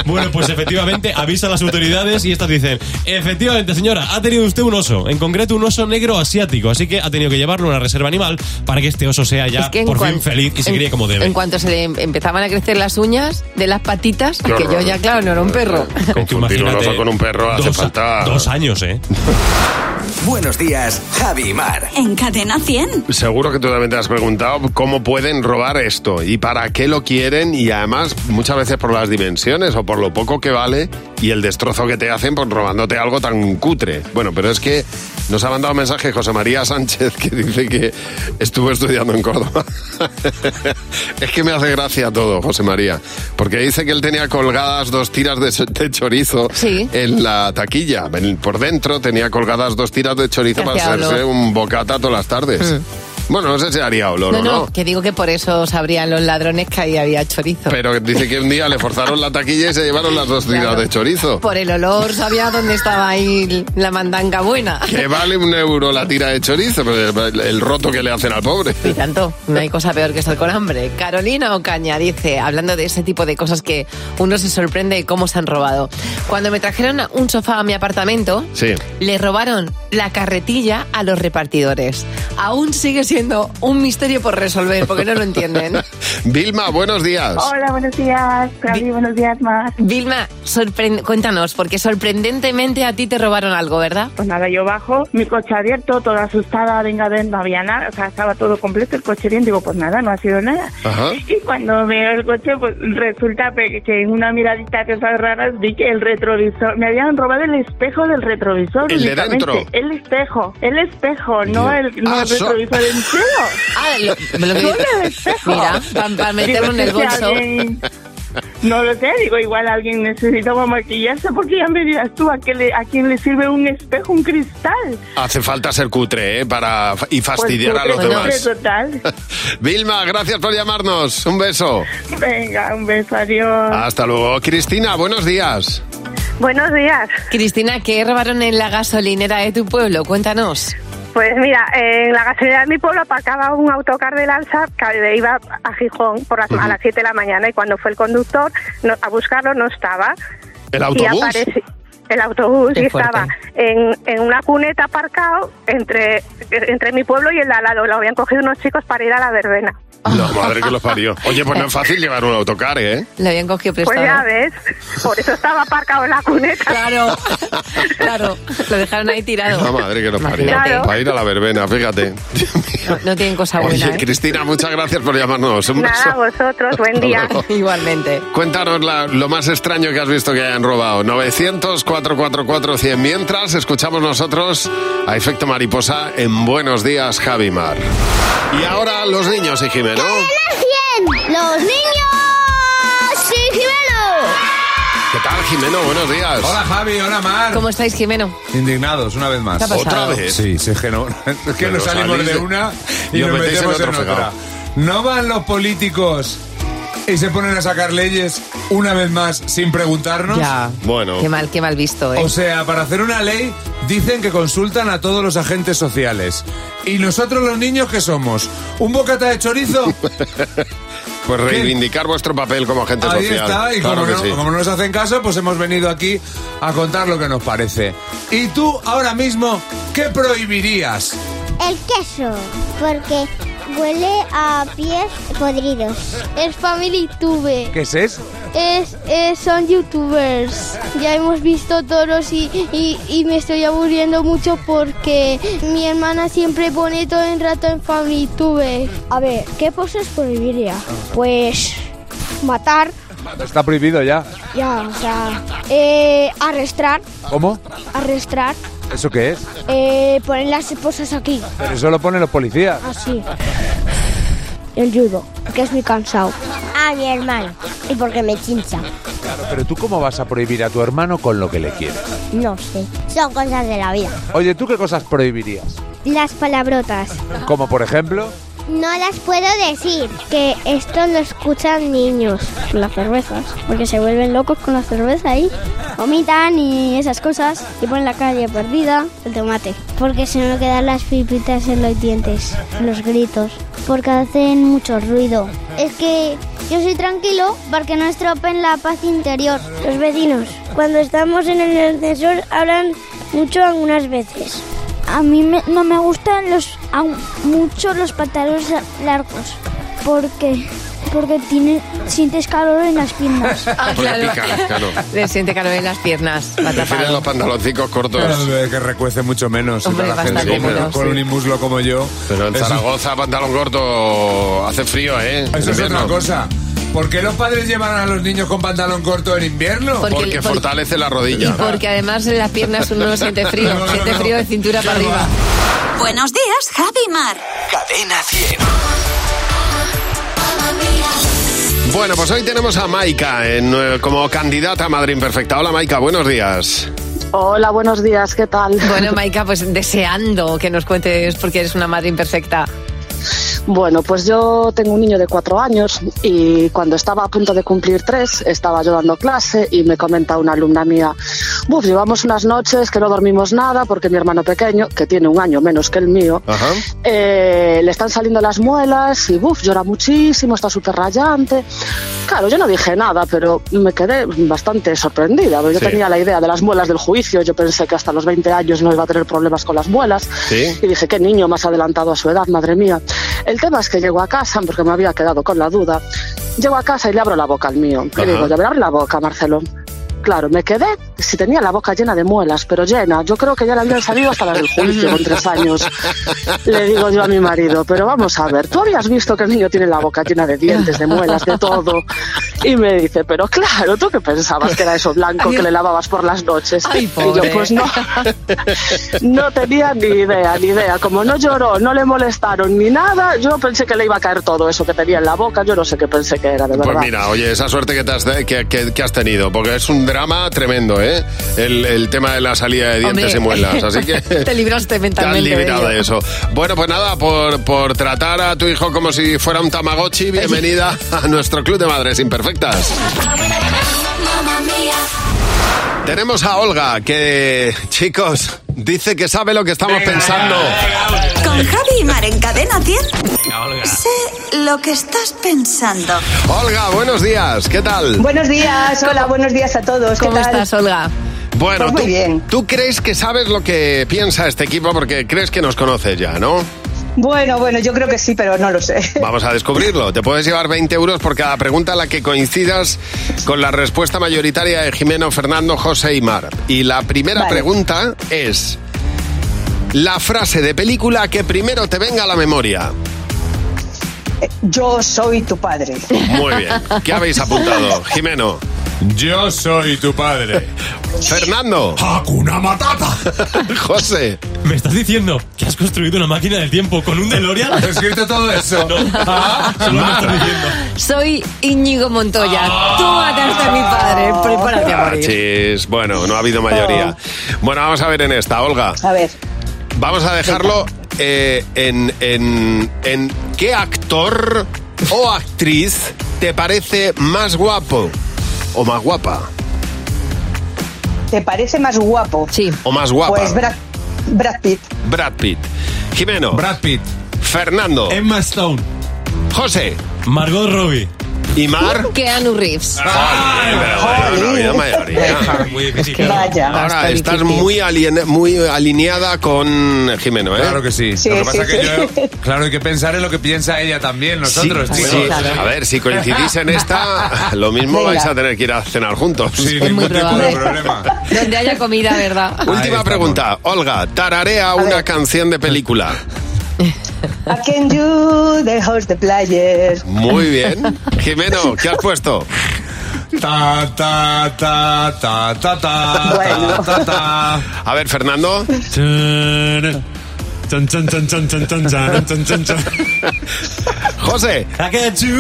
bueno, pues efectivamente avisa a las autoridades y estas dicen, efectivamente señora, ha tenido usted un oso, en concreto un oso negro asiático, así que ha tenido que llevarlo a una reserva animal para que este oso sea ya Es que en por cuan- fin feliz y se en- críe como debe. En cuanto se le em- empezaban a crecer las uñas de las patitas, Qué que yo horror. ya, claro, no era un perro. Confundir un oso con un perro hace dos- falta. Dos años, ¿eh? Buenos días, Javi y Mar. En Cadena 100. Seguro que tú también te has preguntado cómo pueden robar esto y para qué lo quieren y además muchas veces por las dimensiones o por lo poco que vale y el destrozo que te hacen por robándote algo tan cutre. Bueno, pero es que nos ha mandado un mensaje José María Sánchez que dice que estuvo estudiando en Córdoba. *laughs* es que me hace gracia todo, José María, porque dice que él tenía colgadas dos tiras de, cho- de chorizo en la taquilla. En- Por dentro tenía colgadas dos tiras de chorizo Que para hacía hacerse olor. un bocata todas las tardes. Bueno, no sé si haría olor No, o no. no, que digo que por eso sabrían los ladrones que ahí había chorizo. Pero dice que un día le forzaron la taquilla y se llevaron las dos tiras de chorizo. Por el olor sabía dónde estaba ahí la mandanga *laughs* buena. Que vale un euro la tira de chorizo, pero el, el roto que le hacen al pobre. Y tanto, no hay cosa peor que estar con hambre. Carolina Ocaña dice, hablando de ese tipo de cosas que uno se sorprende de cómo se han robado. Cuando me trajeron un sofá a mi apartamento, Sí. le robaron la carretilla a los repartidores. Aún sigue siendo un misterio por *laughs* resolver, porque no lo entienden. Vilma, buenos días. Hola, buenos días, Claudia, buenos días más. Vilma, sorpren- cuéntanos, porque sorprendentemente a ti te robaron algo, ¿verdad? Pues nada, yo bajo, mi coche abierto, toda asustada, venga, ven, no había nada, o sea, estaba todo completo, el coche bien, digo, pues nada, no ha sido nada. Ajá. *laughs* Y cuando veo el coche, pues resulta pe- que en una miradita que esas raras vi que el retrovisor, me habían robado el espejo del retrovisor. El de únicamente. dentro. El espejo, el espejo, no el, no Ah, el so- retrovisor entero. *laughs* Ah, lo- lo que- Solo el espejo. Mira, pa- para meterlo en el Digo, bolso. "Alguien- No lo sé, digo, igual alguien necesitaba maquillarse porque ya me dirás tú a, qué le- a quién le sirve un espejo, un cristal. Hace falta ser cutre, ¿eh? Para, y fastidiar Pues, a los cutre, demás. cutre total. *laughs* Vilma, gracias por llamarnos. Un beso. Venga, un beso, adiós. Hasta luego. Cristina, buenos *laughs* días. Buenos días. Cristina, ¿qué robaron en la gasolinera de tu pueblo? Cuéntanos. Pues mira, en la gasolinera de mi pueblo aparcaba un autocar del alza que iba a Gijón por las- a las 7 de la mañana y cuando fue el conductor no- a buscarlo no estaba. ¿El Y autobús? apareci- el autobús Qué y fuerte. estaba en, en una cuneta aparcado entre, entre mi pueblo y el de al lado. Lo habían cogido unos chicos para ir a la verbena. La madre que los parió. Oye, pues no es fácil llevar un autocar, ¿eh? Le habían cogido Pues prestado. ya ves, por eso estaba aparcado en la cuneta. Claro, claro. Lo dejaron ahí tirado. *laughs* La madre que los parió. Imagínate. Para ir a la verbena, fíjate. No, no tienen cosa buena. Oye, ¿eh? Cristina, muchas gracias por llamarnos. Un Nada, beso. vosotros, buen Hasta día. luego. Igualmente. Cuéntanos la- lo más extraño que has visto que hayan robado. 900-444-100. Mientras, escuchamos nosotros a Efecto Mariposa en Buenos Días, Javimar. Y ahora los niños y Jimeno. ¡Los niños! ¡Sí, ¿Qué tal, Jimeno? Buenos días. Hola, Javi, hola, Mar. ¿Cómo estáis, Jimeno? Indignados, una vez más. ¿Qué ha pasado? ¿Otra vez? Sí, sí, es que, no, *laughs* es que Pero nos salimos salís de de- una y y os nos metéis en metemos en, otro otra. fregado. No van los políticos y se ponen a sacar leyes una vez más sin preguntarnos. Ya. Bueno. Qué mal, qué mal visto, ¿eh? O sea, para hacer una ley dicen que consultan a todos los agentes sociales. ¿Y nosotros los niños qué somos? ¿Un bocata de *laughs* chorizo? Pues reivindicar vuestro papel como agente Ahí social. está, y Claro como, que no, sí. como no nos hacen caso, pues hemos venido aquí a contar lo que nos parece. Y tú, ahora mismo, ¿qué prohibirías? El queso, porque huele a pies podridos. Es Family Tube. ¿Qué es eso? Es, es- son youtubers. Ya hemos visto toros y, y- y me estoy aburriendo mucho porque mi hermana siempre pone todo el rato en Family Tube. A ver, ¿qué poses prohibiría? Pues matar, Está prohibido ya. ya, o sea, eh, arrastrar, ¿Cómo? arrastrar, ¿Eso qué es? eh, poner las esposas aquí. Pero eso lo ponen los policías. Así. El judo, que es muy cansado. A Ah, mi hermano, y porque me chincha. Claro, pero tú cómo vas a prohibir a tu hermano con lo que le quieres. No sé, son cosas de la vida. Oye, ¿tú qué cosas prohibirías? Las palabrotas. Como por ejemplo... No las puedo decir, que esto lo escuchan niños. Las cervezas, porque se vuelven locos con la cerveza ahí. Vomitan y esas cosas, y ponen la calle perdida. El tomate, porque se me quedan las pipitas en los dientes, los gritos, porque hacen mucho ruido. Es que yo soy tranquilo porque no estropen la paz interior. Los vecinos, cuando estamos en el ascensor, hablan mucho algunas veces. A mí me- no me gustan los aún mucho los pantalones la- largos porque porque tiene, sientes calor en las piernas. Porque pica, claro. Le siente calor en las piernas. va Prefieren tapado. los pantaloncicos cortos. Eh, Que recuece mucho menos. Hombre, la bastante gente con- menos, con sí. un inmuslo como yo. Pero en Eso- Zaragoza, pantalón corto, hace frío, ¿eh? En Eso es invierno. otra cosa. ¿Por qué los padres llevan a los niños con pantalón corto en invierno? Porque- Porque porque- fortalece *laughs* la Y porque además en las piernas uno no siente frío, No, no, siente no. frío de cintura para arriba. Buenos días, Javi y Mar. Cadena 100. Bueno, pues hoy tenemos a Maika en, eh, como candidata a Madre Imperfecta. Hola Maika, buenos días. Hola, buenos días, ¿qué tal? Bueno, Maika, pues deseando que nos cuentes porque eres una madre imperfecta. Bueno, pues yo tengo un niño de cuatro años y cuando estaba a punto de cumplir tres, estaba yo dando clase y me comenta una alumna mía, Buf, llevamos unas noches que no dormimos nada porque mi hermano pequeño, que tiene un año menos que el mío, eh, le están saliendo las muelas y buf, llora muchísimo, está súper rayante. Claro, yo no dije nada, pero me quedé bastante sorprendida. porque Yo Sí. tenía la idea de las muelas del juicio, yo pensé que hasta los 20 años no iba a tener problemas con las muelas. Sí. Y dije, qué niño más adelantado a su edad, madre mía. El tema es que llego a casa, porque me había quedado con la duda, llego a casa y le abro la boca al mío. Ajá. Y digo, ya me abre la boca, Marcelo. Claro, me quedé si tenía la boca llena de muelas, pero llena. Yo creo que ya le habían salido hasta las del juicio con tres años. Le digo yo a mi marido, pero vamos a ver, tú habías visto que el niño tiene la boca llena de dientes, de muelas, de todo. Y me dice, pero claro, ¿tú qué pensabas que era eso blanco que le lavabas por las noches? y ¿eh? pobre. yo, pues no. No tenía ni idea, ni idea. Como no lloró, no le molestaron ni nada, yo pensé que le iba a caer todo eso que tenía en la boca. Yo no sé qué pensé que era, de verdad. Pues mira, oye, esa suerte que, te has, que, que- que has tenido, porque es un drama tremendo, ¿eh? El, el tema de la salida de dientes Hombre, y muelas, así *laughs* que... te libraste Te has mentalmente. librado ello. de eso. Bueno, pues nada, *laughs* por, por tratar a tu hijo como si fuera un Tamagotchi, bienvenida a nuestro Club de Madres Imperfectas. perfectas. Tenemos a Olga, que, chicos, dice que sabe lo que estamos pensando. Con Javi y Mar en cadena 100. Sé lo que estás pensando. Olga, buenos días, ¿qué tal? Buenos días, hola, buenos días a todos. ¿Qué ¿Cómo tal? estás, Olga? Bueno, Pues muy tú, bien. tú crees que sabes lo que piensa este equipo porque crees que nos conoces ya, ¿no? Bueno, bueno, yo creo que sí, pero no lo sé. *laughs* Vamos a descubrirlo. Te puedes llevar 20 euros por cada pregunta a la que coincidas con la respuesta mayoritaria de Jimeno, Fernando, José y Mar. Y la primera Vale. pregunta es la frase de película que primero te venga a la memoria. Yo soy tu padre. Muy bien. ¿Qué habéis apuntado, Jimeno? Yo soy tu padre. Fernando. Hakuna Matata. *laughs* José. ¿Me estás diciendo que has construido una máquina del tiempo con *laughs* un DeLorean? ¿Has escrito todo eso? No. Solo me estás diciendo. Soy Íñigo Montoya. Tú mataste a mi padre. Ah. Prepárate a morir. Achis. Bueno, no ha habido mayoría. Bueno, vamos a ver en esta, Olga. A ver. Vamos a dejarlo eh, en, en, en qué actor o actriz te parece más guapo o más guapa. ¿Te parece más guapo? Sí. O más guapa. Pues Brad, Brad Pitt. Brad Pitt. Jimeno. Brad Pitt. Fernando. Emma Stone. José. Margot Robbie. Y Mar. Ah. Keanu Reeves. Bueno, no ha habido mayoría. Vaya. Ahora Está estás difícil. muy, alien- muy alineada con Jimeno, ¿eh? Claro que sí. Sí, lo que pasa sí, es que sí. yo. Claro, hay que pensar en lo que piensa ella también, nosotros, Sí, chicos. sí. A ver, si coincidís *laughs* en Ah, esta, lo mismo Venga. vais a tener que ir a cenar juntos. Sí, ningún muy tipo de probable. *laughs* problema. Donde haya comida, ¿verdad? Última pregunta. Olga, tararea una canción de película. I can do the host the player. Muy *laughs* bien. Jimeno, ¿qué has puesto? Ta, ta, ta, ta, ta, ta, Bueno. ta, ta. A ver, Fernando. Chan, chan, chan, chan, chan, chan, chan, chan, chan, chan. José. I got you,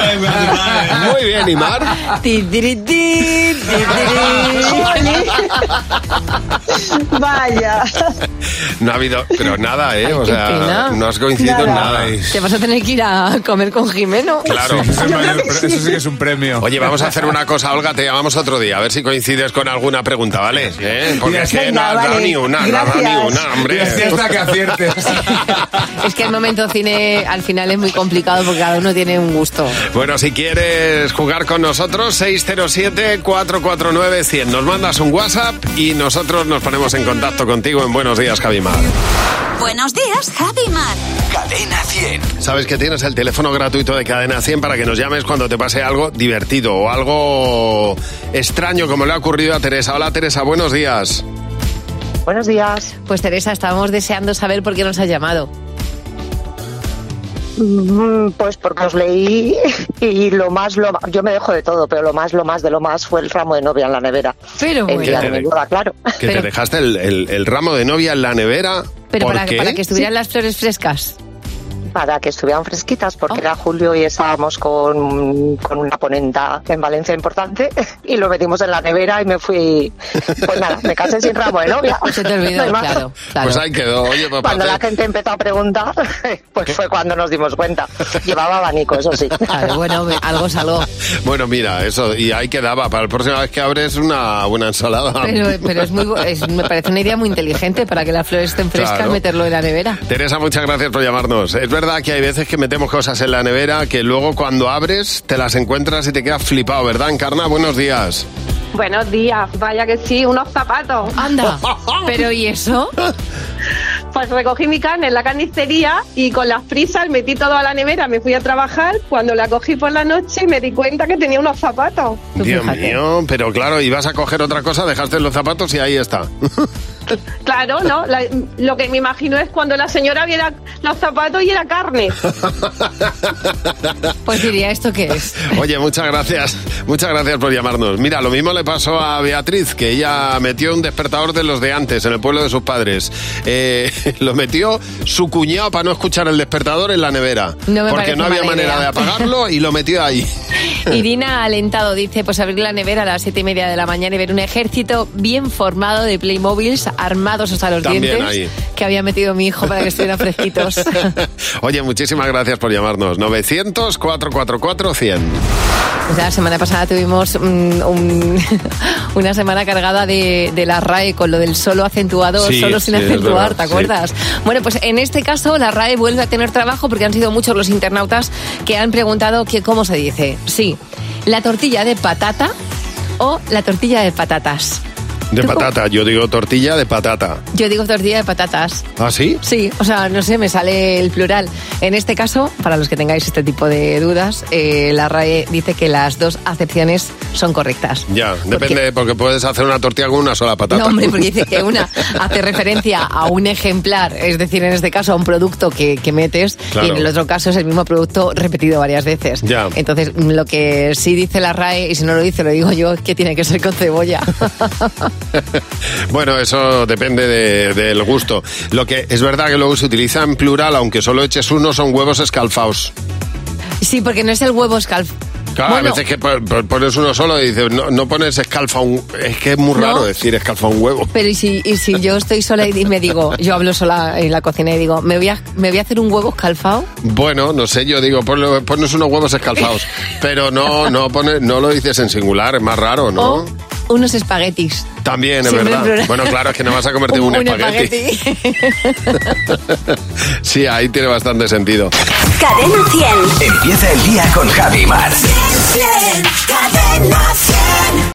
everybody. Muy bien, Imar. Ti, tiri, ti, ti, tiri. *laughs* Vaya. No ha habido, pero nada, ¿eh? O qué sea, pena. no has coincidido en Nada. nada. Te vas a tener que ir a comer con Jimeno. *laughs* Claro. Eso es mayor- eso sí que es un premio. Oye, vamos a hacer una cosa, Olga, te llamamos otro día, a ver si coincides con alguna pregunta, ¿vale? ¿Eh? Porque es que no Venga, has dado vale. ni una, no has dado ni Gracias. una, hombre. Y así hasta que aciertes. Es que el momento cine al final es muy complicado porque cada uno tiene un gusto. Bueno, si quieres jugar con nosotros, 607-449-100. Nos mandas un WhatsApp y nosotros nos ponemos en contacto contigo en Buenos Días, Javimar. Buenos días, Javi y Mar. Cadena 100. Sabes que tienes el teléfono gratuito de Cadena 100 para que nos llames cuando te pase algo divertido o algo extraño como le ha ocurrido a Teresa. Hola Teresa, buenos días. Buenos días. Pues Teresa, estábamos deseando saber por qué nos ha llamado. Mm, Pues porque os leí y lo más, lo más- yo me dejo de todo, pero lo más, lo más de lo más fue el ramo de novia en la nevera. Pero El día de bueno. mi boda, claro. Que te dejaste el, el- el ramo de novia en la nevera. Pero ¿Por para, qué? para que estuvieran las flores frescas. Para que estuvieran fresquitas, porque Ah. era julio y estábamos con, con una ponenta en Valencia importante y lo metimos en la nevera y me fui. Pues nada, me casé sin ramo de novia. Se te olvidó, No hay más. claro, claro. Pues ahí quedó. *laughs* Oye, papá. Cuando la gente empezó a preguntar, *laughs* pues fue cuando nos dimos cuenta. Llevaba abanico, eso sí. Claro, bueno, me- algo es algo. Bueno, mira, eso, y ahí quedaba. Para la próxima vez que abres una buena ensalada. *laughs* Pero, pero es muy, bu- es- me parece una idea muy inteligente para que las flores estén frescas, Claro. meterlo en la *laughs* nevera. Teresa, muchas gracias por llamarnos. Es verdad que hay veces que metemos cosas en la nevera que luego cuando abres te las encuentras y te quedas flipado, ¿verdad, Encarna? Buenos días. Buenos días, vaya que sí, unos zapatos. *laughs* Anda, pero ¿y eso? Pues recogí mi carne en la carnicería y con las prisas metí todo a la nevera, me fui a trabajar. Cuando la cogí por la noche me di cuenta que tenía unos zapatos. Dios mío, pero claro, ibas a coger otra cosa, dejaste los zapatos y ahí está. Claro, ¿no? La- lo que me imagino es cuando la señora viera los zapatos y era carne. Pues diría, ¿esto qué es? Oye, muchas gracias. Muchas gracias por llamarnos. Mira, lo mismo le pasó a Beatriz, que ella metió un despertador de los de antes en el pueblo de sus padres. Eh, *laughs* lo metió su cuñado para no escuchar el despertador en la nevera. No me porque parece no había mala manera idea. de apagarlo y lo metió ahí. Irina Alentado dice, pues abrir la nevera a las siete y media de la mañana y ver un ejército bien formado de Playmobiles armados hasta los *laughs* También dientes ahí. que había metido mi hijo para que estuvieran fresquitos. *laughs* Oye, muchísimas gracias por llamarnos. 900-444-100. Pues la semana pasada tuvimos mm, un- *laughs* una semana cargada de, de la RAE con lo del solo acentuado, Sí, solo sin sí, es acentuar, verdad, ¿te sí. acuerdas? Bueno, pues en este caso la RAE vuelve a tener trabajo porque han sido muchos los internautas que han preguntado que cómo se dice. Sí, la tortilla de patata o la tortilla de patatas. De patata, yo digo tortilla de patata. Yo digo tortilla de patatas. ¿Ah, sí? Sí, o sea, no sé, me sale el plural. En este caso, para los que tengáis este tipo de dudas, eh, la RAE dice que las dos acepciones son correctas. Ya, depende, porque puedes hacer una tortilla con una sola patata. No, hombre, *laughs* porque dice que una hace referencia a un ejemplar, es decir, en este caso a un producto que, que metes, Claro. y en el otro caso es el mismo producto repetido varias veces. Ya. Entonces, mm, lo que sí dice la RAE, y si no lo dice, lo digo yo, es que tiene que ser con cebolla. Bueno, eso depende de- del gusto. Lo que es verdad que luego se utiliza en plural, aunque solo eches uno, son huevos escalfaos. sí, porque no es el huevo escalf. Claro, Bueno. a veces que po- po- pones uno solo y dices, no, no pones escalfa un... Es que es muy raro No. decir escalfa un huevo. Pero y si, y si yo estoy sola y me digo, yo hablo sola en la cocina y digo, me voy a, me voy a hacer un huevo escalfado. Bueno, no sé, yo digo, ponle- pones unos huevos escalfados. pero no, no, pone, no lo dices en singular, es más raro, ¿no? O unos espaguetis. También, es Siempre en verdad. plural. Bueno, claro, es que no vas *laughs* a convertir en un, espagueti. Sí, ahí tiene bastante sentido. Cadena 100. Empieza el día con Javi Mar. Cadena 100.